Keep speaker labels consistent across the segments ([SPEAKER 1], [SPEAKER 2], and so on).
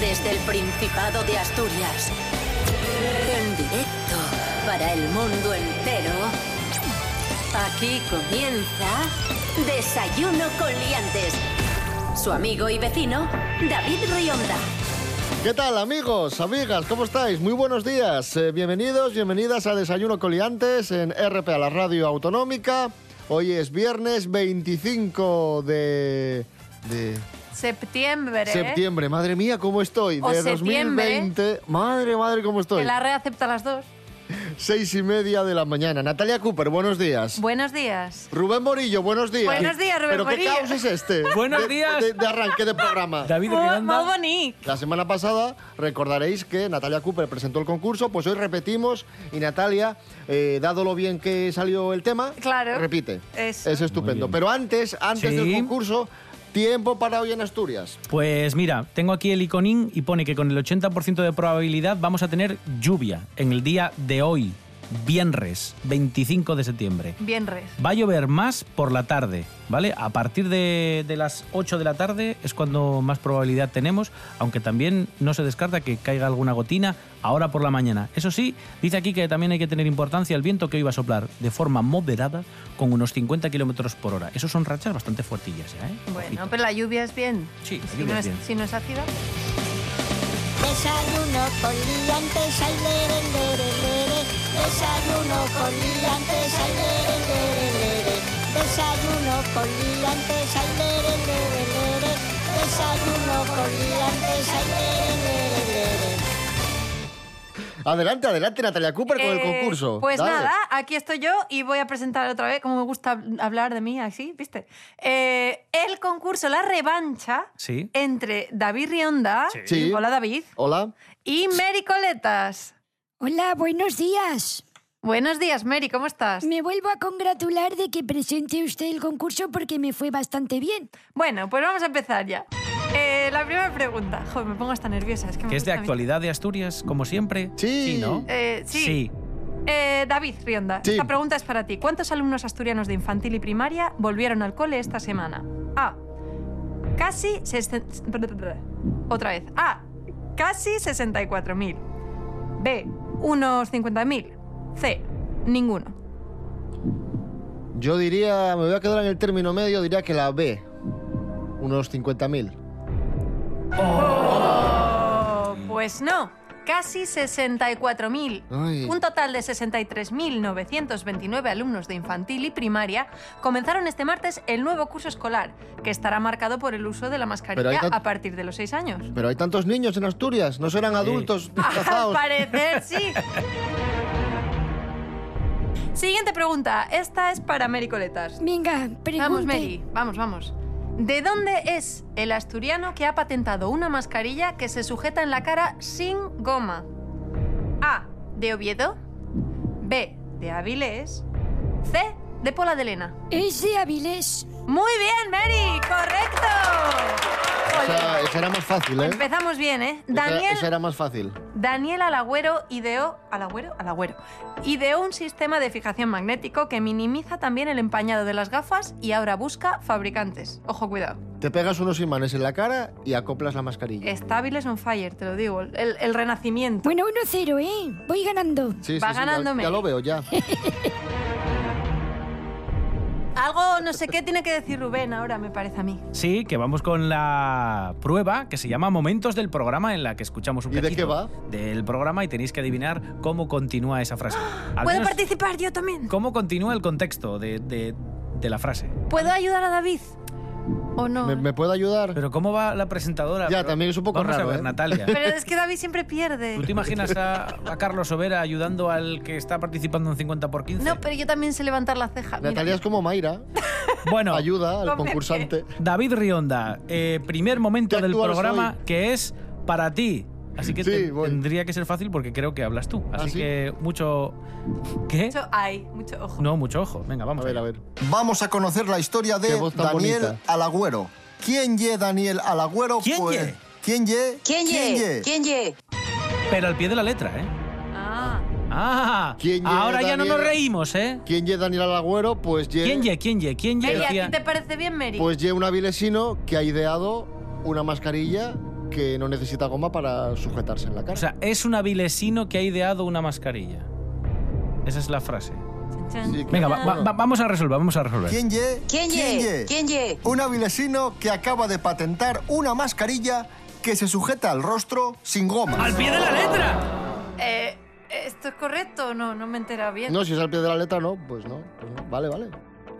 [SPEAKER 1] Desde el Principado de Asturias. En directo para el mundo entero. Aquí comienza Desayuno con Liantes. Su amigo y vecino, David Rionda.
[SPEAKER 2] ¿Qué tal amigos, amigas? ¿Cómo estáis? Muy buenos días. Eh, bienvenidos, bienvenidas a Desayuno Coliantes en RP a la Radio Autonómica. Hoy es viernes 25 de... de
[SPEAKER 3] Septiembre. ¿eh?
[SPEAKER 2] septiembre. Madre mía, ¿cómo estoy?
[SPEAKER 3] O
[SPEAKER 2] de
[SPEAKER 3] septiembre. ¿eh?
[SPEAKER 2] 2020. Madre, madre, ¿cómo
[SPEAKER 3] Que
[SPEAKER 2] estoy?
[SPEAKER 3] la red acepta las dos.
[SPEAKER 2] Seis y media de la mañana. Natalia Cooper, buenos días.
[SPEAKER 3] Buenos días.
[SPEAKER 2] Rubén Morillo, buenos días.
[SPEAKER 3] Buenos días, Rubén
[SPEAKER 2] ¿Pero
[SPEAKER 3] Morillo.
[SPEAKER 2] qué caos es este?
[SPEAKER 4] Buenos
[SPEAKER 2] De-
[SPEAKER 4] días.
[SPEAKER 2] De, de arranque de programa.
[SPEAKER 4] David
[SPEAKER 3] Muy, muy
[SPEAKER 4] Rionda.
[SPEAKER 3] bonito.
[SPEAKER 2] La semana pasada recordaréis que Natalia Cooper presentó el concurso, pues hoy repetimos y Natalia, eh, dado lo bien que salió el tema,
[SPEAKER 3] Claro.
[SPEAKER 2] repite.
[SPEAKER 3] Eso.
[SPEAKER 2] Es estupendo. Pero antes, antes
[SPEAKER 4] Sí.
[SPEAKER 2] del concurso, tiempo para hoy en Asturias.
[SPEAKER 4] Pues mira, tengo aquí el iconín y pone que con el 80% de probabilidad vamos a tener lluvia en el día de hoy, viernes 25 de septiembre.
[SPEAKER 3] Bien res.
[SPEAKER 4] Va a llover más por la tarde, ¿vale? A partir de, de las 8 de la tarde es cuando más probabilidad tenemos, aunque también no se descarta que caiga alguna gotina ahora por la mañana. Eso sí, dice aquí que también hay que tener importancia el viento que hoy va a soplar de forma moderada con unos 50 kilómetros por hora. Eso son rachas bastante fuertillas, ¿eh?
[SPEAKER 3] Bueno,
[SPEAKER 4] Ojito.
[SPEAKER 3] pero la lluvia es bien.
[SPEAKER 4] Sí, la
[SPEAKER 3] si,
[SPEAKER 4] lluvia
[SPEAKER 3] no
[SPEAKER 4] es bien.
[SPEAKER 3] si no es ácida.
[SPEAKER 5] Desayuno con liantes, ay, lere, lere, lere. Desayuno con liantes, ay, lere, lere, lere. Desayuno con liantes, ay, lere, lere, lere. Desayuno con liantes, ay, lere, lere, lere.
[SPEAKER 2] Adelante, adelante Natalia Cooper con el
[SPEAKER 3] Eh,
[SPEAKER 2] concurso.
[SPEAKER 3] Pues
[SPEAKER 2] Dale.
[SPEAKER 3] nada, aquí estoy yo y voy a presentar otra vez, como me gusta hablar de mí así, ¿viste? Eh, el concurso, la revancha
[SPEAKER 4] Sí.
[SPEAKER 3] entre David Rionda,
[SPEAKER 2] Sí.
[SPEAKER 3] hola David,
[SPEAKER 2] Hola.
[SPEAKER 3] y Mary Coletas.
[SPEAKER 6] Hola, buenos días.
[SPEAKER 3] Buenos días, Mary, ¿cómo estás?
[SPEAKER 6] Me vuelvo a congratular de que presente usted el concurso porque me fue bastante bien.
[SPEAKER 3] Bueno, pues vamos a empezar ya. Eh, la primera pregunta. Joder, me pongo hasta nerviosa. Es que, me
[SPEAKER 4] Que es de
[SPEAKER 3] gusta a mí.
[SPEAKER 4] actualidad de Asturias, como siempre.
[SPEAKER 2] Sí.
[SPEAKER 4] ¿no?
[SPEAKER 3] Eh, sí.
[SPEAKER 4] Sí.
[SPEAKER 3] Eh, David Rionda,
[SPEAKER 2] Sí.
[SPEAKER 3] esta pregunta es para ti. ¿Cuántos alumnos asturianos de infantil y primaria volvieron al cole esta semana? A. Casi... sesen- Otra vez. A. Casi 64.000. B. Unos 50.000. C. Ninguno.
[SPEAKER 2] Yo diría, me voy a quedar en el término medio, diría que la B, unos 50.000.
[SPEAKER 3] Oh,
[SPEAKER 2] Mm.
[SPEAKER 3] pues no. Casi 64.000.
[SPEAKER 2] Ay.
[SPEAKER 3] Un total de 63.929 alumnos de infantil y primaria comenzaron este martes el nuevo curso escolar, que estará marcado por el uso de
[SPEAKER 2] Pero
[SPEAKER 3] la
[SPEAKER 2] hay
[SPEAKER 3] mascarilla
[SPEAKER 2] tan-
[SPEAKER 3] a partir de los 6 años.
[SPEAKER 2] Pero hay tantos niños en Asturias, no serán adultos
[SPEAKER 3] Al
[SPEAKER 2] disfrazados.
[SPEAKER 3] parecer, sí. Siguiente pregunta. Esta es para Mary Coletas.
[SPEAKER 6] Venga, pregunte.
[SPEAKER 3] Vamos, Mary. Vamos, vamos. ¿De dónde es el asturiano que ha patentado una mascarilla que se sujeta en la cara sin goma? A. De Oviedo. B. De Avilés. C. De Pola de Lena.
[SPEAKER 6] Es de Avilés.
[SPEAKER 3] Muy bien, Mary. Correcto.
[SPEAKER 2] Esa, esa era más fácil, ¿eh?
[SPEAKER 3] Empezamos bien, ¿eh?
[SPEAKER 2] Esa-
[SPEAKER 3] Daniel,
[SPEAKER 2] esa era más fácil.
[SPEAKER 3] Daniel Alagüero ideó, Alagüero, Alagüero, ideó un sistema de fijación magnético que minimiza también el empañado de las gafas y ahora busca fabricantes. Ojo, cuidado.
[SPEAKER 2] Te pegas unos imanes en la cara y acoplas la mascarilla.
[SPEAKER 3] Está Avilés on fire, te lo digo. El, el renacimiento.
[SPEAKER 6] Bueno, 1-0, ¿eh? Voy ganando.
[SPEAKER 2] Sí,
[SPEAKER 3] va
[SPEAKER 2] sí, sí, ya-
[SPEAKER 3] ganándome.
[SPEAKER 2] Ya, lo veo, ya.
[SPEAKER 3] Algo, no sé qué tiene que decir Rubén ahora, me parece a mí.
[SPEAKER 4] Sí, que vamos con la prueba que se llama Momentos del programa en la que escuchamos un
[SPEAKER 2] ¿Y de
[SPEAKER 4] cachito
[SPEAKER 2] qué va?
[SPEAKER 4] del programa y tenéis que adivinar cómo continúa esa frase. Al
[SPEAKER 3] ¿Puedo
[SPEAKER 4] menos,
[SPEAKER 3] participar yo también?
[SPEAKER 4] ¿Cómo continúa el contexto de, de- de la frase?
[SPEAKER 3] ¿Puedo ayudar a David? ¿O no?
[SPEAKER 2] ¿Me, me puede ayudar?
[SPEAKER 4] Pero ¿cómo va la presentadora?
[SPEAKER 2] Ya,
[SPEAKER 4] Pero
[SPEAKER 2] también es un poco
[SPEAKER 4] vamos
[SPEAKER 2] raro,
[SPEAKER 4] a ver,
[SPEAKER 2] ¿eh?
[SPEAKER 4] Natalia.
[SPEAKER 3] Pero es que David siempre pierde.
[SPEAKER 4] ¿Tú te imaginas a, a Carlos Overa ayudando al que está participando en 50 por 15?
[SPEAKER 3] No, pero yo también sé levantar la ceja. Mira.
[SPEAKER 2] Natalia es como Mayra.
[SPEAKER 4] Bueno,
[SPEAKER 2] Ayuda al
[SPEAKER 3] Hombre,
[SPEAKER 2] concursante.
[SPEAKER 4] David Rionda, eh, primer momento
[SPEAKER 2] ¿Qué
[SPEAKER 4] del
[SPEAKER 2] actual
[SPEAKER 4] programa que es para ti. Así que
[SPEAKER 2] Sí,
[SPEAKER 4] te-
[SPEAKER 2] voy.
[SPEAKER 4] tendría que ser fácil porque creo que hablas tú. Así
[SPEAKER 2] ¿Ah, sí?
[SPEAKER 4] que mucho... ¿Qué?
[SPEAKER 3] Mucho hay, mucho ojo.
[SPEAKER 4] No, mucho ojo. Venga,
[SPEAKER 2] A
[SPEAKER 4] vamos.
[SPEAKER 2] ver, a
[SPEAKER 4] allá.
[SPEAKER 2] ver.
[SPEAKER 7] Vamos a conocer la historia
[SPEAKER 2] Qué
[SPEAKER 7] de
[SPEAKER 2] voz tan
[SPEAKER 7] Daniel
[SPEAKER 2] bonita.
[SPEAKER 7] Alagüero. ¿Quién ye Daniel Alagüero?
[SPEAKER 4] ¿Quién
[SPEAKER 7] Pues-
[SPEAKER 4] ye?
[SPEAKER 7] ¿Quién ye?
[SPEAKER 1] ¿Quién ye? ¿Quién ye?
[SPEAKER 4] Pero al pie de la letra, ¿eh?
[SPEAKER 3] Ah.
[SPEAKER 4] Ah,
[SPEAKER 2] ¿Quién llega,
[SPEAKER 4] ahora ya no nos
[SPEAKER 2] Daniel?
[SPEAKER 4] reímos, ¿eh?
[SPEAKER 2] ¿Quién ye Daniel Alagüero? Pues ye,
[SPEAKER 4] ¿Quién ye? ¿Quién ye? ¿Quién ye?
[SPEAKER 3] Mary, ¿a
[SPEAKER 4] Decía-
[SPEAKER 3] ti te parece bien, Mary?
[SPEAKER 2] Pues ye un avilesino que ha ideado una mascarilla que no necesita goma para sujetarse en la cara.
[SPEAKER 4] O sea, es un avilesino que ha ideado una mascarilla. Esa es la frase.
[SPEAKER 3] Chan, chan.
[SPEAKER 2] Sí, claro.
[SPEAKER 4] Venga, va- va- va- vamos a resolver, vamos a resolver.
[SPEAKER 7] ¿Quién ye?
[SPEAKER 1] ¿Quién ye? ¿Quién ye?
[SPEAKER 7] Un avilesino que acaba de patentar una mascarilla que se sujeta al rostro sin goma.
[SPEAKER 4] ¡Al pie de la letra!
[SPEAKER 3] Eh, ¿Esto es correcto o no? No me he enterado bien.
[SPEAKER 2] No, si es al pie de la letra, no, pues no. pues no. Vale, vale.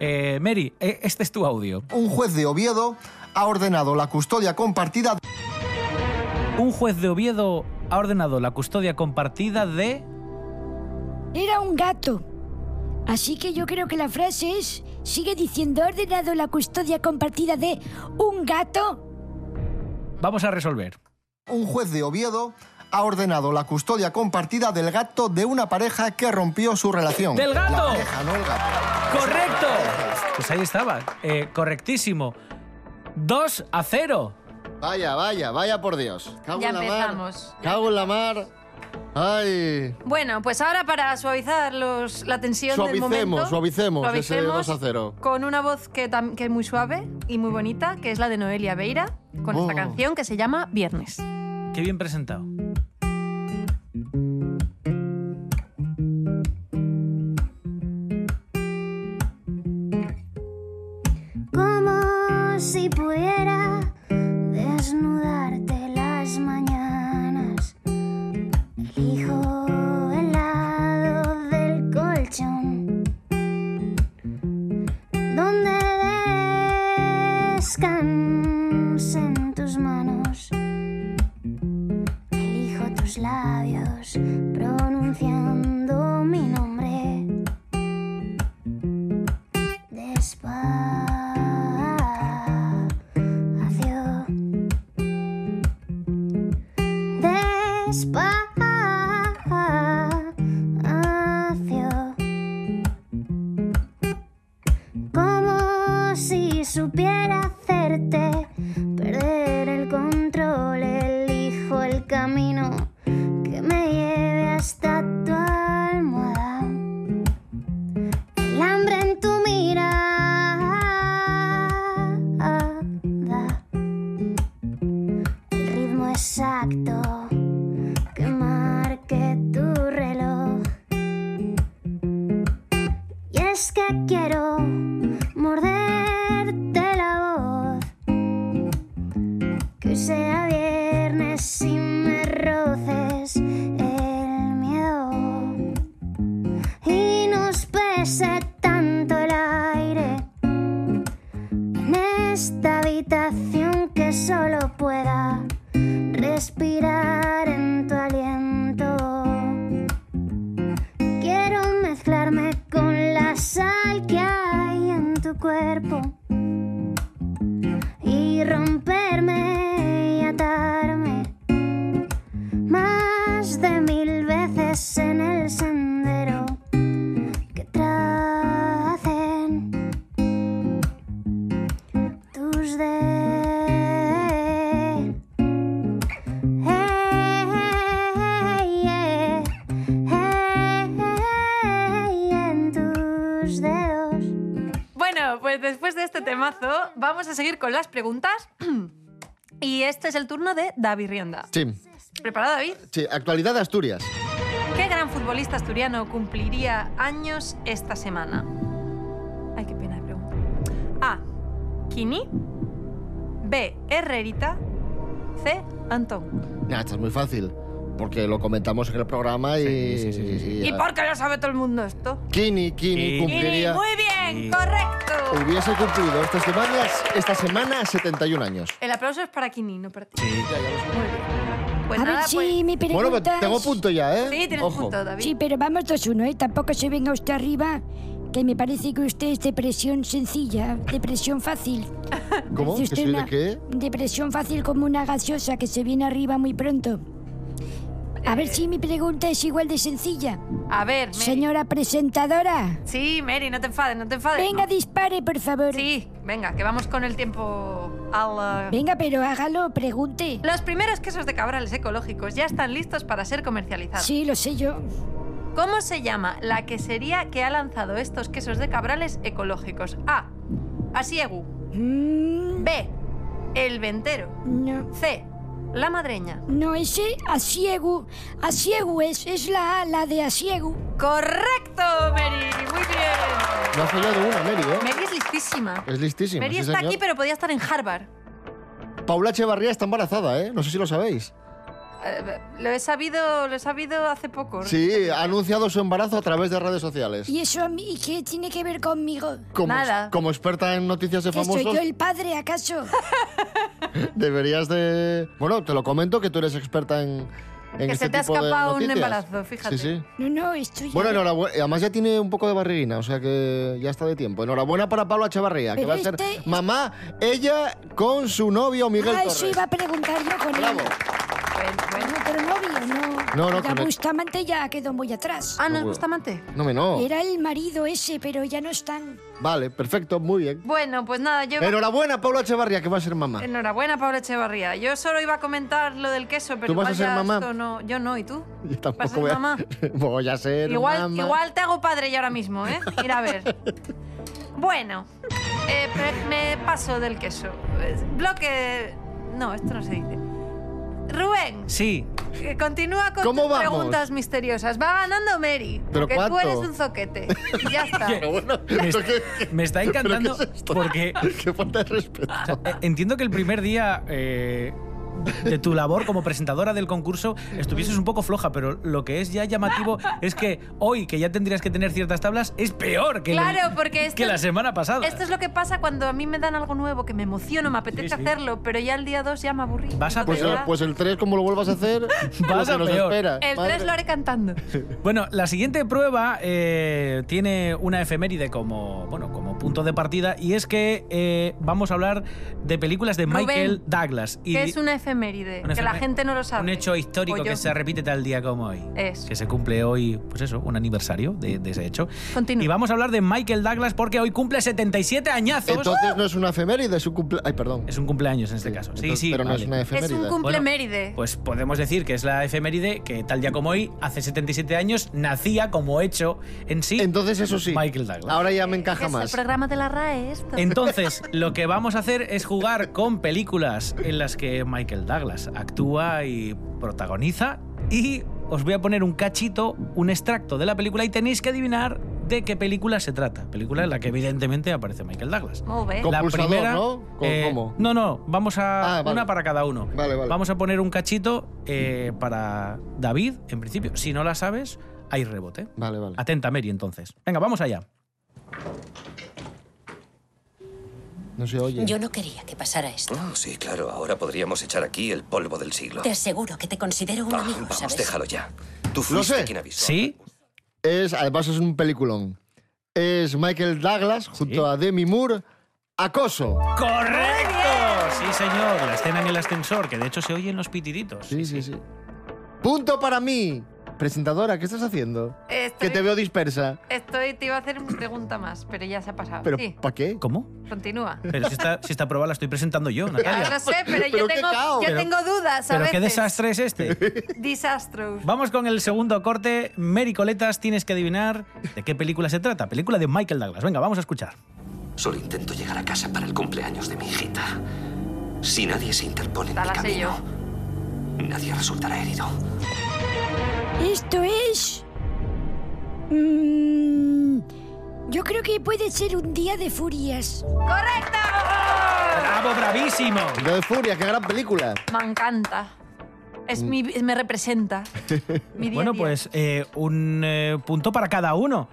[SPEAKER 4] Eh, Mary, eh, este es tu audio.
[SPEAKER 7] Un juez de Oviedo ha ordenado la custodia compartida
[SPEAKER 4] Un juez de Oviedo ha ordenado la custodia compartida de...
[SPEAKER 6] Era un gato. Así que yo creo que la frase es, sigue diciendo, ha ordenado la custodia compartida de un gato.
[SPEAKER 4] Vamos a resolver.
[SPEAKER 7] Un juez de Oviedo ha ordenado la custodia compartida del gato de una pareja que rompió su relación.
[SPEAKER 4] ¡Del gato!
[SPEAKER 7] La pareja, no el gato.
[SPEAKER 4] ¡Correcto! Pues ahí estaba. eh, correctísimo. 2 a 0.
[SPEAKER 2] Vaya, vaya, vaya por Dios. Cago
[SPEAKER 3] Ya
[SPEAKER 2] en la mar.
[SPEAKER 3] empezamos.
[SPEAKER 2] Cago en la mar. Ay.
[SPEAKER 3] Bueno, pues ahora para suavizar los, la tensión
[SPEAKER 2] Suavicemos,
[SPEAKER 3] del momento...
[SPEAKER 2] suavicemos ese
[SPEAKER 3] suavicemos
[SPEAKER 2] 2 a 0.
[SPEAKER 3] Con una voz que, tam- que es muy suave y muy bonita, que es la de Noelia Beira, con
[SPEAKER 2] Oh.
[SPEAKER 3] esta canción que se llama Viernes.
[SPEAKER 4] Qué bien presentado.
[SPEAKER 8] como si pudiera desnudarte las mañanas. Elijo el lado del colchón donde descansen tus manos. Elijo tus labios pronunciando mi nombre. Despacio, despacio, como si supiera hacerte perder el control, elijo el camino que me lleve hasta tu almohada. El hambre en tu mirada. El ritmo exacto que marque tu reloj. Y es que quiero morderte la voz. Que hoy sea viernes y me roces el miedo y nos pese tanto el aire en esta habitación que solo pueda respirar en tu aliento. Quiero mezclarme con la sal que hay en tu cuerpo y romperme y atarme más de mil veces en el sendero que tracen tus dedos. En tus dedos.
[SPEAKER 3] Bueno, pues después de este temazo, vamos a seguir con las preguntas. Y este es el turno de David Rienda.
[SPEAKER 2] Sí,
[SPEAKER 3] ¿Preparado, David?
[SPEAKER 2] sí. Actualidad de Asturias.
[SPEAKER 3] ¿Qué gran futbolista asturiano cumpliría años esta semana? Ay, qué pena de pregunta. A. Kini. B. Herrerita. C. Antón.
[SPEAKER 2] Nah, esta es muy fácil. Porque lo comentamos en el programa y. eh,
[SPEAKER 4] Sí, sí, sí, sí, sí.
[SPEAKER 3] ¿Y por qué lo sabe todo el mundo esto?
[SPEAKER 2] Kini, Kini
[SPEAKER 4] Kini.
[SPEAKER 3] Kini,
[SPEAKER 2] cumpliría.
[SPEAKER 3] muy bien, correcto.
[SPEAKER 2] Hubiese cumplido esta semana, esta semana 71 años.
[SPEAKER 3] El aplauso es para Kini, no para ti.
[SPEAKER 2] Ya, ya lo sé.
[SPEAKER 3] Muy bien. Pues
[SPEAKER 6] a
[SPEAKER 3] nada,
[SPEAKER 6] ver si
[SPEAKER 3] pues...
[SPEAKER 6] me
[SPEAKER 2] Bueno,
[SPEAKER 6] preguntas...
[SPEAKER 2] pero tengo punto ya, ¿eh?
[SPEAKER 3] Sí, tienes
[SPEAKER 2] Ojo.
[SPEAKER 3] punto, David.
[SPEAKER 6] Sí, pero vamos 2-1, ¿eh? Tampoco se venga usted arriba, que me parece que usted es depresión sencilla, depresión fácil.
[SPEAKER 2] ¿Cómo?
[SPEAKER 6] Parece
[SPEAKER 2] ¿Que
[SPEAKER 6] usted
[SPEAKER 2] soy de
[SPEAKER 6] una
[SPEAKER 2] qué?
[SPEAKER 6] Depresión fácil como una gaseosa que se viene arriba muy pronto. A ver si mi pregunta es igual de sencilla.
[SPEAKER 3] A ver, Mary.
[SPEAKER 6] Señora presentadora,
[SPEAKER 3] Sí, Mary, no te enfades, no te enfades.
[SPEAKER 6] venga, dispare, por favor.
[SPEAKER 3] Sí, venga, que vamos con el tiempo al... eh,
[SPEAKER 6] Venga, pero hágalo, pregunte.
[SPEAKER 3] Los primeros quesos de cabrales ecológicos ya están listos para ser comercializados.
[SPEAKER 6] Sí, lo sé yo.
[SPEAKER 3] ¿Cómo se llama la quesería que ha lanzado estos quesos de cabrales ecológicos? A. Asiegu.
[SPEAKER 6] Mm,
[SPEAKER 3] B. El Ventero.
[SPEAKER 6] no.
[SPEAKER 3] C. La madreña.
[SPEAKER 6] No, ese asiego. Asiego es, es la A, la de asiego.
[SPEAKER 3] ¡Correcto, Mary! Muy bien.
[SPEAKER 2] No has fallado una, Mary, ¿eh?
[SPEAKER 3] Mary es listísima.
[SPEAKER 2] Es listísima.
[SPEAKER 3] Mary
[SPEAKER 2] sí,
[SPEAKER 3] está
[SPEAKER 2] señor.
[SPEAKER 3] aquí, pero podía estar en Harvard.
[SPEAKER 2] Paula Echevarría está embarazada, ¿eh? No sé si lo sabéis.
[SPEAKER 3] Eh, lo he sabido, lo he sabido hace poco.
[SPEAKER 2] Sí, ha anunciado su embarazo a través de redes sociales.
[SPEAKER 6] ¿Y eso a mí qué tiene que ver conmigo?
[SPEAKER 2] Como,
[SPEAKER 3] Nada.
[SPEAKER 2] como experta en noticias de
[SPEAKER 6] ¿Que soy
[SPEAKER 2] famosos,
[SPEAKER 6] yo el padre, acaso?
[SPEAKER 2] deberías de... Bueno, te lo comento que tú eres experta en... en
[SPEAKER 3] Que
[SPEAKER 2] este
[SPEAKER 3] se te ha
[SPEAKER 2] tipo de
[SPEAKER 3] escapado un
[SPEAKER 2] noticias.
[SPEAKER 3] embarazo, fíjate.
[SPEAKER 2] Sí, sí.
[SPEAKER 6] No, no, estoy...
[SPEAKER 2] Bueno, enhorabuena. Además ya tiene un poco de barriguina, o sea que ya está de tiempo. Enhorabuena para Paula Echevarría, que
[SPEAKER 6] Pero
[SPEAKER 2] va a ser
[SPEAKER 6] este-
[SPEAKER 2] mamá, ella con su novio Miguel
[SPEAKER 6] Ah,
[SPEAKER 2] Torres.
[SPEAKER 6] eso iba a preguntar yo con
[SPEAKER 2] Bravo.
[SPEAKER 6] él.
[SPEAKER 3] Bueno, bueno.
[SPEAKER 6] No, pero no bien, no.
[SPEAKER 2] No, no,
[SPEAKER 6] Ya
[SPEAKER 2] con él.
[SPEAKER 6] Bustamante ya quedó muy atrás.
[SPEAKER 3] Ah, ¿no es
[SPEAKER 2] bueno.
[SPEAKER 3] Bustamante?
[SPEAKER 2] No me no.
[SPEAKER 6] Era el marido ese, pero ya no están.
[SPEAKER 2] Vale, perfecto, muy bien.
[SPEAKER 3] Bueno, pues nada, yo...
[SPEAKER 2] Enhorabuena Paula Echevarría, que va a ser mamá.
[SPEAKER 3] Enhorabuena, Pablo Echevarría. Yo solo iba a comentar lo del queso, pero
[SPEAKER 2] ¿Tú vas a
[SPEAKER 3] igual
[SPEAKER 2] ser
[SPEAKER 3] ya
[SPEAKER 2] mamá?
[SPEAKER 3] esto no... Yo no, ¿y tú?
[SPEAKER 2] Yo
[SPEAKER 3] ¿Vas a
[SPEAKER 2] tampoco
[SPEAKER 3] ser
[SPEAKER 2] voy a...
[SPEAKER 3] mamá?
[SPEAKER 2] Voy a ser
[SPEAKER 3] Igual,
[SPEAKER 2] mamá.
[SPEAKER 3] igual te hago padre ya ahora mismo, ¿eh? Ir a ver. Bueno, eh, pre- me paso del queso. Eh, Bloque... No, esto no se dice. Rubén,
[SPEAKER 4] Sí,
[SPEAKER 3] eh, continúa con
[SPEAKER 2] ¿Cómo
[SPEAKER 3] tus
[SPEAKER 2] vamos?
[SPEAKER 3] preguntas misteriosas. Va ganando Mary,
[SPEAKER 2] ¿Pero
[SPEAKER 3] porque
[SPEAKER 2] cuánto?
[SPEAKER 3] tú eres un zoquete. Y ya está.
[SPEAKER 4] Oye,
[SPEAKER 2] Bueno,
[SPEAKER 4] me,
[SPEAKER 2] ¿esto qué-
[SPEAKER 4] me está
[SPEAKER 2] ¿Pero qué
[SPEAKER 4] encantando
[SPEAKER 2] es esto?
[SPEAKER 4] porque
[SPEAKER 2] Qué falta de respeto.
[SPEAKER 3] Ah,
[SPEAKER 4] o sea, eh, entiendo que el primer día eh, de tu labor como presentadora del concurso estuvieses un poco floja, pero lo que es ya llamativo es que hoy, que ya tendrías que tener ciertas tablas, es peor que, la-
[SPEAKER 3] Claro, porque esto
[SPEAKER 4] que la
[SPEAKER 3] es-
[SPEAKER 4] semana pasada.
[SPEAKER 3] Esto es lo que pasa cuando a mí me dan algo nuevo, que me emociono, me apetece
[SPEAKER 4] Sí, sí.
[SPEAKER 3] hacerlo, pero ya el día 2 ya me aburrí.
[SPEAKER 4] Vas a
[SPEAKER 2] Pues,
[SPEAKER 3] Entonces ya-
[SPEAKER 2] pues el 3, como lo vuelvas a hacer,
[SPEAKER 4] Vas
[SPEAKER 2] lo
[SPEAKER 4] a
[SPEAKER 2] que nos
[SPEAKER 4] peor.
[SPEAKER 2] espera.
[SPEAKER 3] el 3
[SPEAKER 2] Madre-
[SPEAKER 3] lo haré cantando.
[SPEAKER 4] Bueno, la siguiente prueba eh, tiene una efeméride como, bueno, como punto de partida y es que eh, vamos a hablar de películas de
[SPEAKER 3] Rubén,
[SPEAKER 4] Michael Douglas. Y
[SPEAKER 3] que es una efeméride,
[SPEAKER 4] una
[SPEAKER 3] que la
[SPEAKER 4] efemé-
[SPEAKER 3] gente no lo sabe.
[SPEAKER 4] Un hecho
[SPEAKER 3] O
[SPEAKER 4] histórico
[SPEAKER 3] yo-
[SPEAKER 4] que se repite tal día como hoy.
[SPEAKER 3] Eso.
[SPEAKER 4] Que se cumple hoy, pues eso, un aniversario de, de ese hecho.
[SPEAKER 3] Continúa.
[SPEAKER 4] Y vamos a hablar de Michael Douglas porque hoy cumple 77 añazos.
[SPEAKER 2] Entonces no es una efeméride, es un cumple... Ay, perdón.
[SPEAKER 4] Es un cumpleaños en este caso. Sí,
[SPEAKER 2] Entonces-
[SPEAKER 4] sí.
[SPEAKER 2] Pero no
[SPEAKER 4] vale.
[SPEAKER 2] es una
[SPEAKER 3] Es
[SPEAKER 2] efeméride.
[SPEAKER 3] un cumpleméride.
[SPEAKER 4] Pues podemos decir que es la efeméride que tal día como hoy, hace 77 años, nacía como hecho en sí.
[SPEAKER 2] Entonces eso sí.
[SPEAKER 4] Michael Douglas.
[SPEAKER 2] Ahora ya me
[SPEAKER 3] Que
[SPEAKER 2] encaja
[SPEAKER 3] es
[SPEAKER 2] más.
[SPEAKER 3] el programa de la RAE esto.
[SPEAKER 4] Entonces, lo que vamos a hacer es jugar con películas en las que Michael Douglas actúa y protagoniza. Y os voy a poner un cachito, un extracto de la película y tenéis que adivinar de qué película se trata. Película en la que evidentemente aparece Michael Douglas.
[SPEAKER 3] Muy bien.
[SPEAKER 2] Con
[SPEAKER 4] La
[SPEAKER 2] pulsador,
[SPEAKER 4] primera, eh,
[SPEAKER 2] ¿no? ¿Con- cómo?
[SPEAKER 4] No, no, vamos a
[SPEAKER 2] Ah, vale.
[SPEAKER 4] una para cada uno.
[SPEAKER 2] Vale, vale.
[SPEAKER 4] Vamos a poner un cachito eh, para David, en principio. Si no la sabes, hay rebote.
[SPEAKER 2] Vale, vale.
[SPEAKER 4] Atenta, Mary, entonces. Venga, vamos allá.
[SPEAKER 2] No se oye.
[SPEAKER 1] Yo no quería que pasara esto.
[SPEAKER 9] Oh, sí, claro. Ahora podríamos echar aquí el polvo del siglo.
[SPEAKER 1] Te aseguro que te considero un
[SPEAKER 9] Ah,
[SPEAKER 1] amigo,
[SPEAKER 9] vamos,
[SPEAKER 1] ¿sabes?
[SPEAKER 9] déjalo ya. Tú fuiste
[SPEAKER 2] sé.
[SPEAKER 9] quien avisó.
[SPEAKER 4] ¿Sí?
[SPEAKER 2] Es, además es un peliculón. Es Michael Douglas junto a Demi Moore. Acoso.
[SPEAKER 4] ¡Correcto! Sí, señor. La escena en el ascensor, que de hecho se oyen los pitiditos.
[SPEAKER 2] Sí, sí, sí. Punto para mí. Presentadora, ¿qué estás haciendo?
[SPEAKER 3] Estoy,
[SPEAKER 2] Que te veo dispersa.
[SPEAKER 3] estoy- te iba a hacer una pregunta más, pero ya se ha pasado.
[SPEAKER 2] ¿Pero
[SPEAKER 3] sí,
[SPEAKER 2] para qué?
[SPEAKER 4] ¿Cómo?
[SPEAKER 3] continúa.
[SPEAKER 4] Pero si está, si está probada, la estoy presentando yo,
[SPEAKER 3] Ya
[SPEAKER 4] Natalia.
[SPEAKER 3] lo sé, pero,
[SPEAKER 2] Pero
[SPEAKER 3] yo,
[SPEAKER 2] qué
[SPEAKER 3] tengo,
[SPEAKER 2] caos.
[SPEAKER 3] yo
[SPEAKER 4] Pero-
[SPEAKER 3] tengo dudas a
[SPEAKER 4] Pero qué
[SPEAKER 3] veces.
[SPEAKER 4] desastre es este.
[SPEAKER 3] Disastros.
[SPEAKER 4] Vamos con el segundo corte. Mary Coletas, tienes que adivinar de qué película se trata. Película de Michael Douglas. Venga, vamos a escuchar.
[SPEAKER 9] Solo intento llegar a casa para el cumpleaños de mi hijita. Si nadie se interpone en
[SPEAKER 3] Esta
[SPEAKER 9] mi
[SPEAKER 3] la sé yo.
[SPEAKER 9] camino, nadie resultará herido.
[SPEAKER 6] Esto es... Mm, yo creo que puede ser un día de furias.
[SPEAKER 3] ¡Correcto!
[SPEAKER 4] ¡Bravo, bravísimo!
[SPEAKER 2] Día de Furia, qué gran película.
[SPEAKER 3] Me encanta. Es
[SPEAKER 2] Mm.
[SPEAKER 3] mi, me representa. Mi día a
[SPEAKER 4] Bueno,
[SPEAKER 3] día.
[SPEAKER 4] pues eh, un eh, punto para cada uno.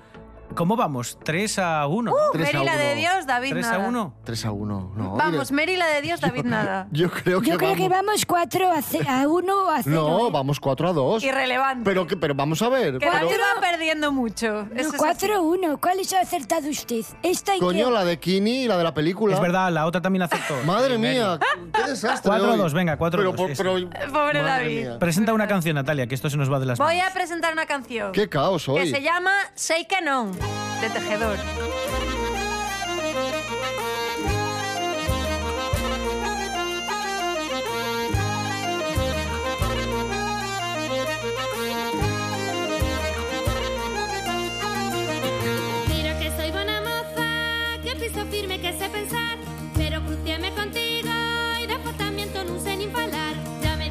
[SPEAKER 4] ¿Cómo vamos? 3 a 1.
[SPEAKER 2] Tres a
[SPEAKER 3] Mary la
[SPEAKER 2] uno.
[SPEAKER 3] de Dios, David
[SPEAKER 4] 3 a
[SPEAKER 3] Uh, nada.
[SPEAKER 4] 1.
[SPEAKER 2] 3 a 1. No,
[SPEAKER 3] Vamos,
[SPEAKER 2] mire,
[SPEAKER 3] Mary la de Dios, David nada.
[SPEAKER 2] Yo creo que
[SPEAKER 6] Yo creo
[SPEAKER 2] vamos.
[SPEAKER 6] que vamos 4 a 0 a 1 a ¿eh? 0.
[SPEAKER 2] No, vamos 4 a 2.
[SPEAKER 3] Irrelevante.
[SPEAKER 2] Pero, que- pero vamos a ver.
[SPEAKER 3] que
[SPEAKER 2] pero-
[SPEAKER 3] David va perdiendo mucho. Eso es
[SPEAKER 6] 4 a 1. ¿Cuáles ha acertado usted? Esta y
[SPEAKER 2] Coño,
[SPEAKER 6] qué?
[SPEAKER 2] la de Kini y la de la película.
[SPEAKER 4] Es verdad, la otra también aceptó.
[SPEAKER 2] Madre mía, qué desastre.
[SPEAKER 4] 4 a
[SPEAKER 2] hoy.
[SPEAKER 4] 2, venga, 4 a
[SPEAKER 2] Pero
[SPEAKER 4] 2,
[SPEAKER 2] por-
[SPEAKER 4] eso.
[SPEAKER 2] pero-
[SPEAKER 3] así.
[SPEAKER 2] Madre
[SPEAKER 3] Pobre David.
[SPEAKER 2] mía.
[SPEAKER 4] Presenta una canción, Natalia, que esto se nos va de las
[SPEAKER 3] Voy
[SPEAKER 4] manos.
[SPEAKER 3] a presentar una canción
[SPEAKER 2] Qué caos
[SPEAKER 3] que
[SPEAKER 2] hoy.
[SPEAKER 3] se llama Shake and On, de Tejedor.
[SPEAKER 10] Mira que soy buena moza, que piso firme, que sé pensar. Pero cruciame contigo y después también con un sen impalar. Ya me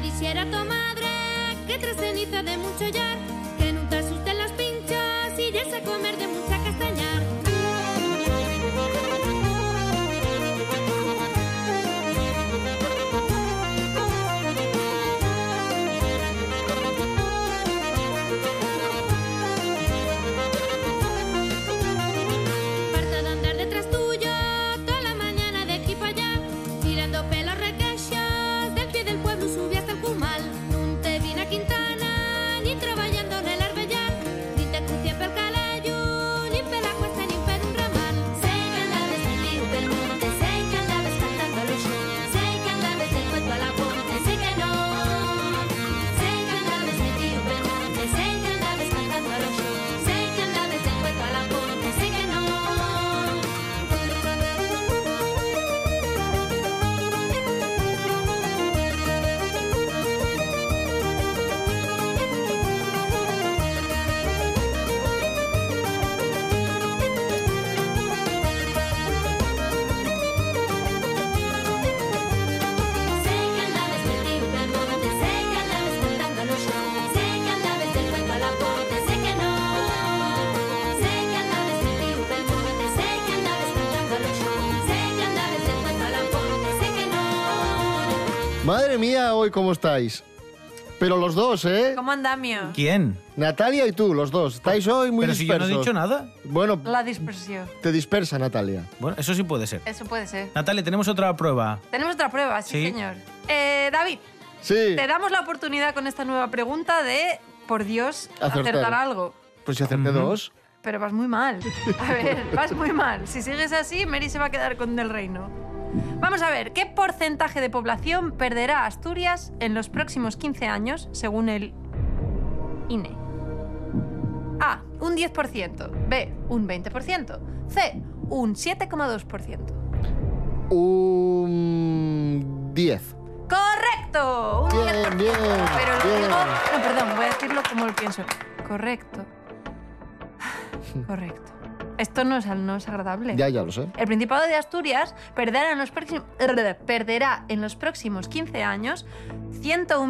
[SPEAKER 2] Madre mía, hoy cómo estáis. Pero los dos, ¿eh?
[SPEAKER 3] ¿Cómo andamio?
[SPEAKER 4] ¿Quién?
[SPEAKER 2] Natalia y tú, los dos. Estáis hoy muy
[SPEAKER 4] Pero si yo
[SPEAKER 2] dispersos.
[SPEAKER 4] no he dicho nada.
[SPEAKER 2] Bueno,
[SPEAKER 3] La dispersión.
[SPEAKER 2] te dispersa, Natalia.
[SPEAKER 4] Bueno, eso sí puede ser.
[SPEAKER 3] Eso puede ser.
[SPEAKER 4] Natalia, tenemos otra prueba.
[SPEAKER 3] Tenemos otra prueba, sí,
[SPEAKER 4] Sí.
[SPEAKER 3] señor. Eh, David,
[SPEAKER 2] Sí.
[SPEAKER 3] te damos la oportunidad con esta nueva pregunta de, por Dios,
[SPEAKER 2] Acertar.
[SPEAKER 3] acertar algo.
[SPEAKER 2] Pues si acerté
[SPEAKER 4] Ujú.
[SPEAKER 2] dos.
[SPEAKER 3] Pero vas muy mal. A ver, vas muy mal. Si sigues así, Mary se va a quedar con Del Reino. Vamos a ver, ¿qué porcentaje de población perderá Asturias en los próximos 15 años, según el INE? A, un 10%. B, un 20%. C, un 7,2%.
[SPEAKER 2] Un 10.
[SPEAKER 3] ¡Correcto! Un
[SPEAKER 2] Bien,
[SPEAKER 3] 10%.
[SPEAKER 2] bien,
[SPEAKER 3] Pero lo
[SPEAKER 2] bien.
[SPEAKER 3] digo... No, perdón, voy a decirlo como lo pienso. Correcto. Correcto. Esto no es, no es agradable.
[SPEAKER 2] Ya, ya lo sé.
[SPEAKER 3] El Principado de Asturias perderá en los, próxim- perderá en los próximos 15 años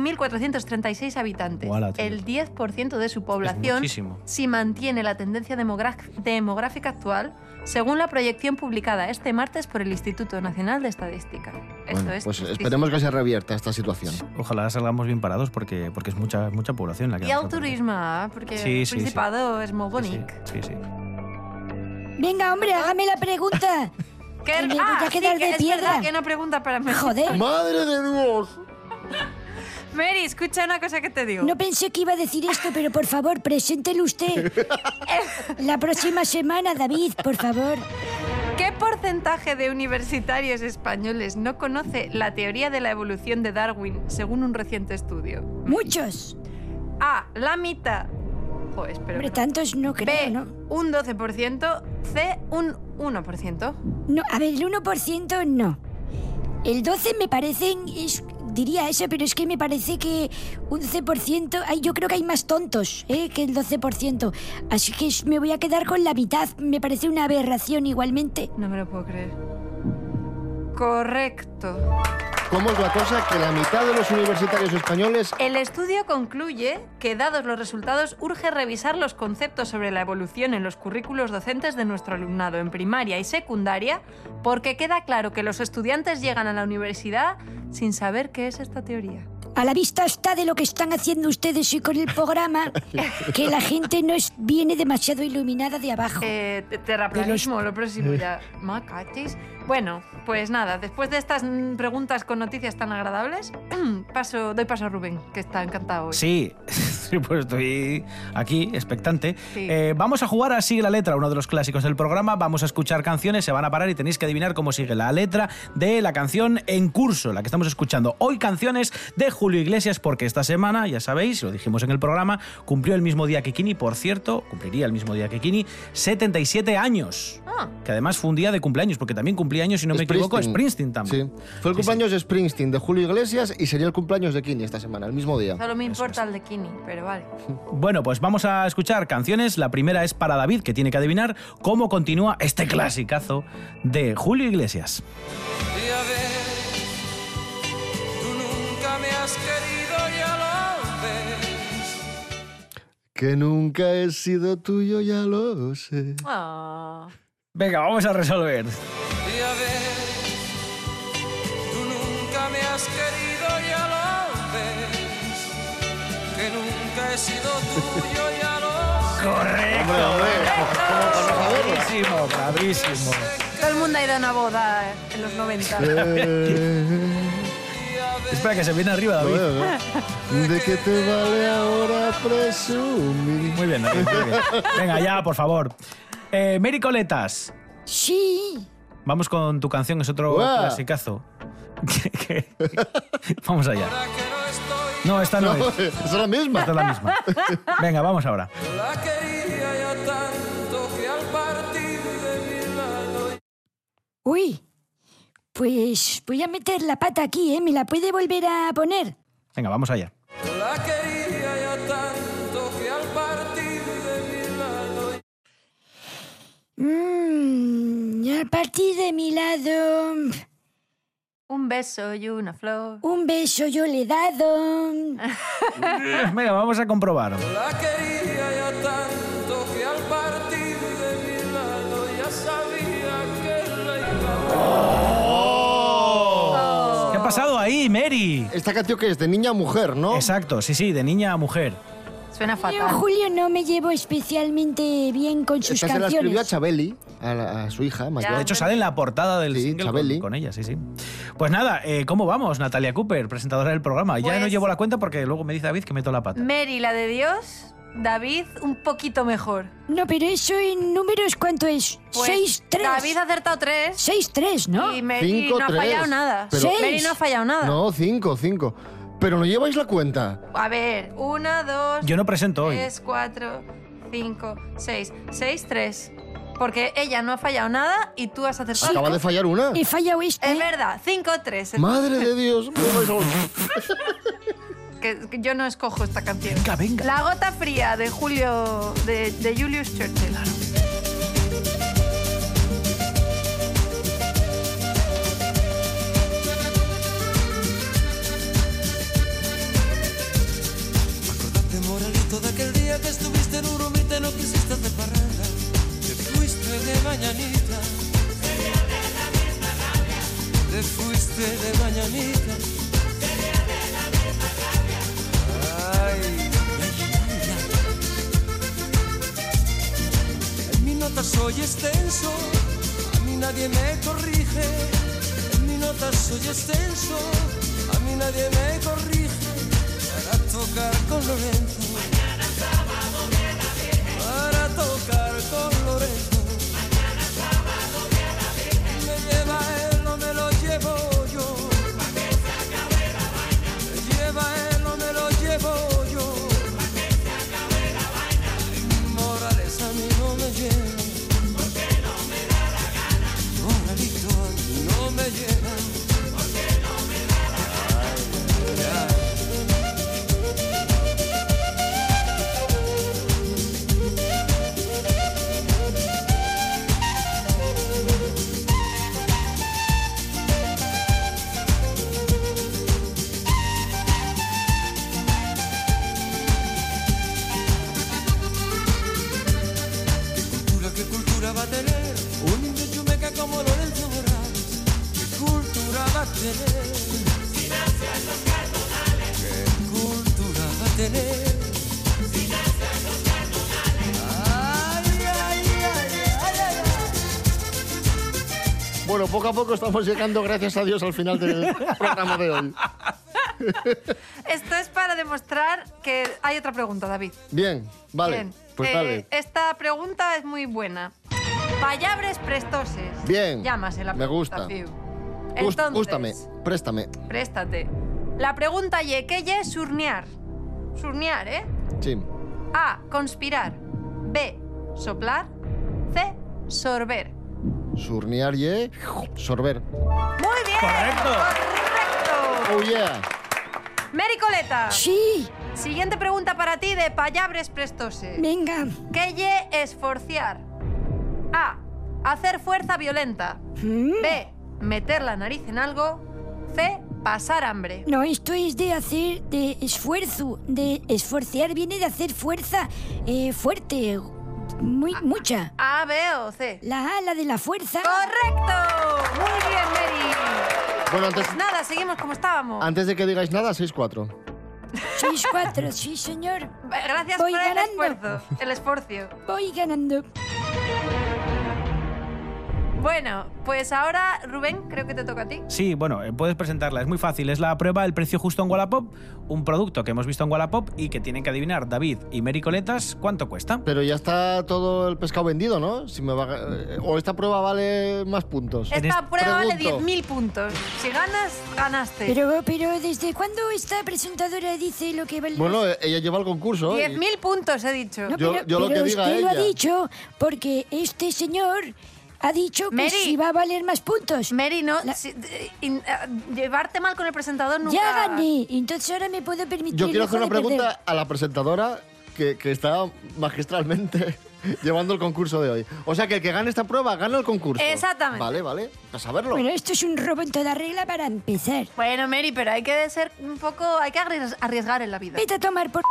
[SPEAKER 3] 101.436 habitantes,
[SPEAKER 4] Guala, tío.
[SPEAKER 3] el 10% de su población,
[SPEAKER 4] muchísimo.
[SPEAKER 3] si mantiene la tendencia demogra- demográfica actual, según la proyección publicada este martes por el Instituto Nacional de Estadística. Esto
[SPEAKER 2] Bueno,
[SPEAKER 3] es
[SPEAKER 2] pues
[SPEAKER 3] tristísimo.
[SPEAKER 2] esperemos que se revierta esta situación.
[SPEAKER 4] Ojalá salgamos bien parados porque, porque es mucha, mucha población la que
[SPEAKER 3] Y
[SPEAKER 4] vamos
[SPEAKER 3] al
[SPEAKER 4] a perder.
[SPEAKER 3] turismo, ah, porque
[SPEAKER 4] Sí,
[SPEAKER 3] el
[SPEAKER 4] sí, sí.
[SPEAKER 3] Principado es muy
[SPEAKER 4] Sí,
[SPEAKER 3] bonito.
[SPEAKER 4] sí, sí, sí.
[SPEAKER 3] Pues
[SPEAKER 6] Venga, hombre, hágame la pregunta.
[SPEAKER 3] Que-
[SPEAKER 6] Que me
[SPEAKER 3] ah,
[SPEAKER 6] voy a
[SPEAKER 3] sí,
[SPEAKER 6] quedar
[SPEAKER 3] que
[SPEAKER 6] de
[SPEAKER 3] es
[SPEAKER 6] piedra.
[SPEAKER 3] verdad que no pregunta para mí.
[SPEAKER 6] Joder,
[SPEAKER 2] ¡Madre de Dios!
[SPEAKER 3] Mary, escucha una cosa que te digo.
[SPEAKER 6] no pensé que iba a decir esto, pero por favor, preséntelo usted. La próxima semana, David, por favor.
[SPEAKER 3] ¿Qué porcentaje de universitarios españoles no conoce la teoría de la evolución de Darwin según un reciente estudio?
[SPEAKER 6] Muchos.
[SPEAKER 3] A. La mitad. Joder, espero. que
[SPEAKER 6] Hombre,
[SPEAKER 3] no.
[SPEAKER 6] tantos no creo,
[SPEAKER 3] B.
[SPEAKER 6] ¿no?
[SPEAKER 3] Un 12%. C. Un 1%.
[SPEAKER 6] No, a ver, el 1% no. El 12 me parecen, es- diría eso, pero es que me parece que un 11%, ay, yo creo que hay más tontos ¿eh? que el 12%. Así que es- me voy a quedar con la mitad, me parece una aberración igualmente.
[SPEAKER 3] No me lo puedo creer. Correcto.
[SPEAKER 2] ¿Cómo es la cosa que la mitad de los universitarios españoles...
[SPEAKER 3] El estudio concluye que, dados los resultados, urge revisar los conceptos sobre la evolución en los currículos docentes de nuestro alumnado en primaria y secundaria, porque queda claro que los estudiantes llegan a la universidad sin saber qué es esta teoría.
[SPEAKER 6] A la vista está de lo que están haciendo ustedes hoy con el programa, que la gente no es, viene demasiado iluminada de abajo.
[SPEAKER 3] Eh, te- terraplanismo, lo próximo ya. Macachis. Bueno, pues nada, después de estas mm, preguntas con noticias tan agradables, paso, doy paso a Rubén, que está encantado hoy.
[SPEAKER 4] Sí, sí, pues estoy aquí, expectante.
[SPEAKER 3] Sí.
[SPEAKER 4] Eh, vamos a jugar a Sigue la letra, uno de los clásicos del programa. Vamos a escuchar canciones, se van a parar y tenéis que adivinar cómo sigue la letra de la canción en curso, la que estamos escuchando. Hoy canciones de Julio Iglesias, porque esta semana, ya sabéis, lo dijimos en el programa, cumplió el mismo día que Kini, por cierto, cumpliría el mismo día que Kini, 77 años.
[SPEAKER 3] Ah.
[SPEAKER 4] Que además fue un día de cumpleaños, porque también cumplía años, si no me equivoco, Springsteen también.
[SPEAKER 2] Sí. Fue el
[SPEAKER 4] Sí, sí.
[SPEAKER 2] cumpleaños de Springsteen, de Julio Iglesias, y sería el cumpleaños de Kini esta semana, el mismo día.
[SPEAKER 3] Solo me importa el de Kini, pero vale.
[SPEAKER 4] Bueno, pues vamos a escuchar canciones. La primera es para David, que tiene que adivinar cómo continúa este clasicazo de Julio Iglesias.
[SPEAKER 11] Ya ves, tú nunca me has querido, ya lo ves.
[SPEAKER 2] Que nunca he sido tuyo, ya lo sé.
[SPEAKER 3] Ah.
[SPEAKER 4] Venga, vamos a resolver.
[SPEAKER 11] Ya ves, tú nunca me has querido, ya lo ves. Que nunca he sido tuyo, ya lo sé.
[SPEAKER 4] Bravísimo, bravísimo.
[SPEAKER 3] Todo el mundo ha ido a una boda en los 90.
[SPEAKER 4] Espera que se viene arriba, David.
[SPEAKER 2] ¿De qué te vale ahora presumir?
[SPEAKER 4] Muy bien, David, muy bien. Venga, ya, por favor. Eh, Mary Coletas,
[SPEAKER 6] Sí,
[SPEAKER 4] vamos con tu canción, es otro
[SPEAKER 2] Uah.
[SPEAKER 4] clasicazo. vamos allá.
[SPEAKER 11] La que no estoy,
[SPEAKER 4] No, esta no, es.
[SPEAKER 2] es la
[SPEAKER 4] Esta
[SPEAKER 2] misma.
[SPEAKER 4] es la misma. Venga, vamos ahora.
[SPEAKER 11] la quería ya tanto que al partir de mi lado
[SPEAKER 6] uy, pues voy a meter la pata aquí, ¿eh? ¿Me la puede volver a poner?
[SPEAKER 4] Venga, vamos allá.
[SPEAKER 11] La quería ya tanto que al partir de mi lado
[SPEAKER 6] Mmm, a partir de mi lado,
[SPEAKER 3] Un beso y una flor.
[SPEAKER 6] un beso yo le he dado.
[SPEAKER 4] Venga, vamos a comprobar.
[SPEAKER 11] La quería ya tanto que al partir de mi lado ya sabía que la iba a
[SPEAKER 2] ¡Oh!
[SPEAKER 4] ¿Qué ha pasado ahí, Mary.
[SPEAKER 2] Esta canción que es de niña a mujer, ¿no?
[SPEAKER 4] Exacto, sí, sí, de niña a mujer.
[SPEAKER 3] Suena
[SPEAKER 6] Yo,
[SPEAKER 3] fatal.
[SPEAKER 6] Julio, no me llevo especialmente bien con sus
[SPEAKER 2] Esta se la escribió a
[SPEAKER 6] canciones.
[SPEAKER 2] Chabeli, a, la- a su hija mayor.
[SPEAKER 4] De hecho, sale en la portada del
[SPEAKER 2] Sí,
[SPEAKER 4] single
[SPEAKER 2] Chabeli.
[SPEAKER 4] con, con ella, sí, sí. Pues nada, eh, ¿cómo vamos, Natalia Cooper, presentadora del programa? Ya
[SPEAKER 3] Pues-
[SPEAKER 4] no llevo la cuenta porque luego me dice David que meto la pata.
[SPEAKER 3] Mary, la de Dios. David, un poquito mejor.
[SPEAKER 6] No, pero eso en números, ¿cuánto es?
[SPEAKER 3] Pues,
[SPEAKER 6] 6, 3.
[SPEAKER 3] David ha acertado tres.
[SPEAKER 6] 6, 3, ¿no?
[SPEAKER 3] Y Mary
[SPEAKER 2] Cinco,
[SPEAKER 3] no ha
[SPEAKER 2] tres.
[SPEAKER 3] fallado nada.
[SPEAKER 2] Pero-
[SPEAKER 3] Mary no ha fallado nada.
[SPEAKER 2] No, cinco, cinco. Pero no lleváis la cuenta.
[SPEAKER 3] A ver, una, dos,
[SPEAKER 4] Yo no presento hoy.
[SPEAKER 3] tres, cuatro, cinco, seis. Seis, tres. Porque ella no ha fallado nada y tú has acertado.
[SPEAKER 2] Acaba de fallar una.
[SPEAKER 6] He fallado esta.
[SPEAKER 3] Es
[SPEAKER 6] ¿eh?
[SPEAKER 3] verdad, cinco, tres.
[SPEAKER 2] Madre de Dios.
[SPEAKER 3] Que, que yo no escojo esta canción.
[SPEAKER 4] Venga, venga.
[SPEAKER 3] La gota fría de Julio. de, de Julius Churchill.
[SPEAKER 11] Acordate, moralito, de aquel día que estuviste en Urumita y no quisiste hacer parranda. Te fuiste de mañanita. Te fuiste de mañanita. Ay, ay, ay, ay. En mi nota soy extenso, a mí nadie me corrige. En mi nota soy extenso, a mí nadie me corrige. Para tocar con Lorenzo. Para tocar con Lorenzo. Me lleva él o me lo llevo yo. Me lleva él o me lo llevo yo. Morales a mí no me lleva. Moralito a mí no me lleva. Ay, ay. cultura, qué cultura va a tener un indio chumeca como Lorenzo Morales. ¿Qué cultura va a tener? ¿Qué cultura va a tener? Ay, ay, ay, ay, ay, ay.
[SPEAKER 2] Bueno, poco a poco estamos llegando, gracias a Dios, al final del programa de hoy.
[SPEAKER 3] Esto es para demostrar que hay otra pregunta, David.
[SPEAKER 2] Bien, vale.
[SPEAKER 3] Bien.
[SPEAKER 2] Pues
[SPEAKER 3] Eh,
[SPEAKER 2] dale.
[SPEAKER 3] Esta pregunta es muy buena. Palabras prestoses.
[SPEAKER 2] Bien.
[SPEAKER 3] Llámase la
[SPEAKER 2] Me
[SPEAKER 3] pregunta,
[SPEAKER 2] gusta.
[SPEAKER 3] Fiu.
[SPEAKER 2] Gust-
[SPEAKER 3] Entonces,
[SPEAKER 2] Gústame, préstame.
[SPEAKER 3] Préstate. La pregunta ye, ¿qué ye es surnear? Surnear, ¿eh?
[SPEAKER 2] Sí.
[SPEAKER 3] A. Conspirar. B. Soplar. C. Sorber.
[SPEAKER 2] Surnear y sorber.
[SPEAKER 3] Muy bien.
[SPEAKER 4] Correcto.
[SPEAKER 3] Correcto.
[SPEAKER 2] Oh yeah.
[SPEAKER 3] Mary Coleta.
[SPEAKER 6] Sí,
[SPEAKER 3] Siguiente pregunta para ti de palabras prestoses.
[SPEAKER 6] venga.
[SPEAKER 3] ¿Qué ye es forciar? A. Hacer fuerza violenta.
[SPEAKER 6] Mm.
[SPEAKER 3] B. Meter la nariz en algo. C. Pasar hambre.
[SPEAKER 6] No, esto es de hacer de esfuerzo, de esforciar viene de hacer fuerza eh, fuerte, muy
[SPEAKER 3] Ah.
[SPEAKER 6] mucha.
[SPEAKER 3] A, B o C.
[SPEAKER 6] La ala de la fuerza.
[SPEAKER 3] ¡Correcto! Muy bien, Mary.
[SPEAKER 2] Bueno, antes,
[SPEAKER 3] Pues nada, seguimos como estábamos.
[SPEAKER 2] antes de que digáis nada, 6-4.
[SPEAKER 6] 6-4, sí señor.
[SPEAKER 3] Gracias
[SPEAKER 6] Voy
[SPEAKER 3] por el
[SPEAKER 6] ganando.
[SPEAKER 3] esfuerzo. El esfuerzo.
[SPEAKER 6] Voy ganando.
[SPEAKER 3] Bueno, pues ahora, Rubén, creo que te toca a ti.
[SPEAKER 4] Sí, bueno, eh, puedes presentarla, es muy fácil. Es la prueba El precio justo en Wallapop, un producto que hemos visto en Wallapop y que tienen que adivinar David y Mary Coletas cuánto cuesta.
[SPEAKER 2] Pero ya está todo el pescado vendido, ¿no? Si me va a- o esta prueba vale más puntos.
[SPEAKER 4] En
[SPEAKER 3] Esta
[SPEAKER 4] este-
[SPEAKER 3] prueba
[SPEAKER 2] Pregunto.
[SPEAKER 3] vale 10.000 puntos. Si ganas, ganaste.
[SPEAKER 6] Pero, pero ¿desde cuándo esta presentadora dice lo que vale?
[SPEAKER 2] Bueno, eh, ella lleva el concurso. y-
[SPEAKER 3] 10.000 puntos he dicho.
[SPEAKER 6] No,
[SPEAKER 2] yo-
[SPEAKER 6] pero-
[SPEAKER 2] yo lo
[SPEAKER 6] pero
[SPEAKER 2] que diga
[SPEAKER 6] usted lo
[SPEAKER 2] ella.
[SPEAKER 6] ha dicho porque este señor ha dicho que
[SPEAKER 3] Mary.
[SPEAKER 6] si va a valer más puntos.
[SPEAKER 3] Mary, no.
[SPEAKER 6] La-
[SPEAKER 3] si- eh, in- eh, llevarte mal con el presentador nunca.
[SPEAKER 6] Ya gané, entonces ahora me puedo permitir.
[SPEAKER 2] Yo
[SPEAKER 6] el
[SPEAKER 2] quiero
[SPEAKER 6] lujo
[SPEAKER 2] hacer una
[SPEAKER 6] de perder.
[SPEAKER 2] pregunta a la presentadora que, que está magistralmente llevando el concurso de hoy. O sea, que el que gane esta prueba gana el concurso.
[SPEAKER 3] Exactamente.
[SPEAKER 2] Vale, vale. Para saberlo.
[SPEAKER 6] Bueno, esto es un robo en toda regla para empezar.
[SPEAKER 3] Bueno, Mary, pero hay que ser un poco. Hay que arries- arriesgar en la vida.
[SPEAKER 6] Vete a tomar por.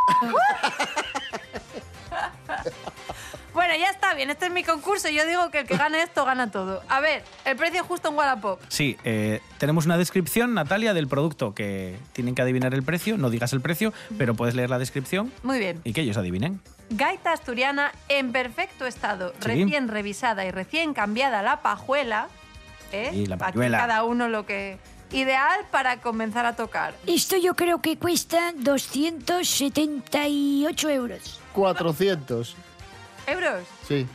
[SPEAKER 3] Bueno, ya está bien, este es mi concurso. Yo digo que el que gane esto gana todo. A ver, el precio justo en Wallapop.
[SPEAKER 4] Sí, eh, tenemos una descripción, Natalia, del producto que tienen que adivinar el precio. No digas el precio, pero puedes leer la descripción
[SPEAKER 3] Muy bien.
[SPEAKER 4] y que ellos adivinen.
[SPEAKER 3] Gaita asturiana en perfecto estado,
[SPEAKER 4] Sí.
[SPEAKER 3] recién revisada y recién cambiada la pajuela. ¿eh?
[SPEAKER 4] Sí, la
[SPEAKER 3] Aquí
[SPEAKER 4] pajuela.
[SPEAKER 3] cada uno lo que. Ideal para comenzar a tocar.
[SPEAKER 6] Esto yo creo que cuesta 278 euros.
[SPEAKER 2] 400.
[SPEAKER 3] ¿Euros?
[SPEAKER 2] Sí.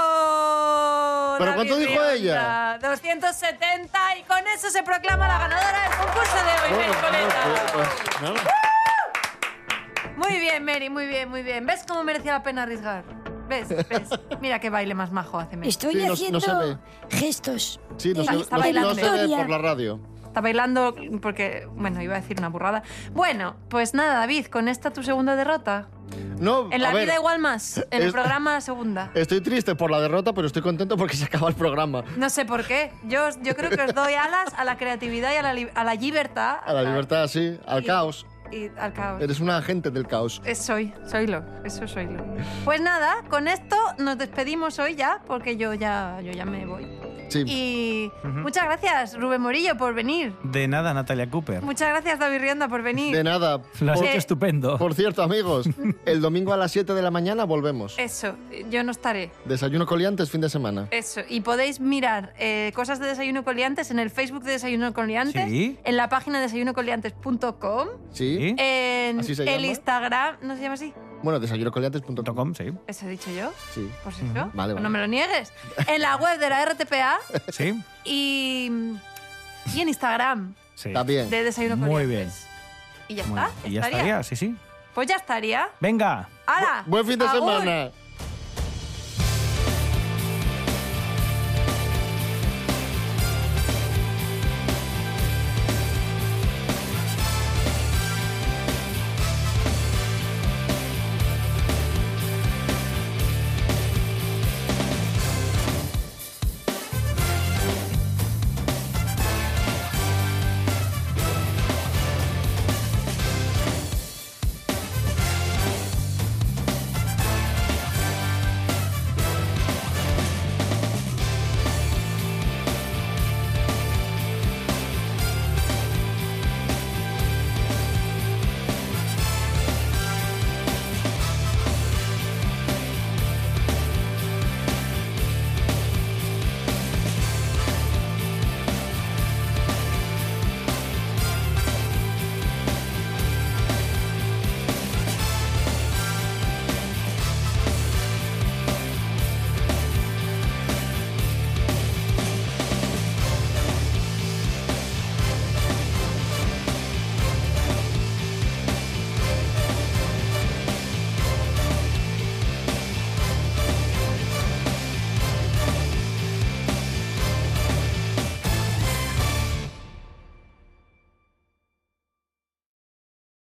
[SPEAKER 3] ¡Oh!
[SPEAKER 2] ¿Pero
[SPEAKER 3] la
[SPEAKER 2] cuánto dijo
[SPEAKER 3] virriota!
[SPEAKER 2] ella?
[SPEAKER 3] 270 y con eso se proclama la ganadora del concurso de hoy,
[SPEAKER 2] Bueno,
[SPEAKER 3] Mary Coleta.
[SPEAKER 2] pues- pues nada.
[SPEAKER 3] Muy bien, Mary, muy bien, muy bien. ¿Ves cómo merecía la pena arriesgar? ¿Ves? ¿Ves? Mira qué baile más majo hace Mary.
[SPEAKER 6] Estoy
[SPEAKER 2] Sí, no- no
[SPEAKER 6] haciendo
[SPEAKER 2] se ve.
[SPEAKER 6] gestos.
[SPEAKER 2] Sí, no
[SPEAKER 6] Eh,
[SPEAKER 2] se,
[SPEAKER 3] está
[SPEAKER 2] no-
[SPEAKER 3] bailando.
[SPEAKER 2] no se ve
[SPEAKER 6] Victoria.
[SPEAKER 2] por la radio.
[SPEAKER 3] Está bailando porque, bueno, iba a decir una burrada. Bueno, pues nada, David, con esta tu segunda derrota.
[SPEAKER 2] No,
[SPEAKER 3] En
[SPEAKER 2] a
[SPEAKER 3] la
[SPEAKER 2] ver,
[SPEAKER 3] vida igual más, en el
[SPEAKER 2] es- eh.
[SPEAKER 3] programa segunda.
[SPEAKER 2] Estoy triste por la derrota, pero estoy contento porque se acaba el programa.
[SPEAKER 3] No sé por qué. Yo, os- yo creo que os doy alas a la creatividad y a la, li- a la libertad.
[SPEAKER 2] A la libertad, sí, al
[SPEAKER 3] Y-
[SPEAKER 2] caos.
[SPEAKER 3] Y al caos.
[SPEAKER 2] Eres un agente del caos.
[SPEAKER 3] Es soy, soylo, eso soylo. Pues nada, con esto nos despedimos hoy ya, porque yo ya, yo ya me voy.
[SPEAKER 2] Sí.
[SPEAKER 3] Y muchas gracias, Rubén Morillo, por venir.
[SPEAKER 4] De nada, Natalia Cooper.
[SPEAKER 3] Muchas gracias, David Rionda, por venir.
[SPEAKER 2] De nada.
[SPEAKER 4] Lo has
[SPEAKER 3] Por-
[SPEAKER 4] hecho estupendo.
[SPEAKER 2] Por cierto, amigos, el domingo a las 7 de la mañana volvemos.
[SPEAKER 3] Eso, yo no estaré.
[SPEAKER 2] Desayuno coliantes fin de semana.
[SPEAKER 3] Eso, y podéis mirar eh, cosas de Desayuno con Liantes en el Facebook de Desayuno con Liantes,
[SPEAKER 4] Sí.
[SPEAKER 3] en la página desayunocoliantes.com,
[SPEAKER 2] ¿Sí?
[SPEAKER 4] ¿Sí?
[SPEAKER 3] en
[SPEAKER 2] Así se
[SPEAKER 3] el
[SPEAKER 2] llama.
[SPEAKER 3] Instagram, ¿no se llama así?
[SPEAKER 2] Bueno, desayunocoliantes.com.
[SPEAKER 4] .com, sí.
[SPEAKER 3] Eso he dicho yo,
[SPEAKER 2] Sí.
[SPEAKER 3] por si no,
[SPEAKER 2] Vale, vale.
[SPEAKER 3] no me lo niegues. En la web de la RTPA
[SPEAKER 4] Sí.
[SPEAKER 3] y, y en Instagram
[SPEAKER 4] sí.
[SPEAKER 2] También.
[SPEAKER 3] de Desayuno con
[SPEAKER 4] Muy
[SPEAKER 3] Liantes. Y ya
[SPEAKER 4] Muy
[SPEAKER 3] está,
[SPEAKER 4] bien. Y ya estaría, sí, sí.
[SPEAKER 3] Pues ya estaría.
[SPEAKER 4] Venga.
[SPEAKER 3] ¡Hala! Ah,
[SPEAKER 2] Buen fin de
[SPEAKER 3] ¡Agur!
[SPEAKER 2] semana.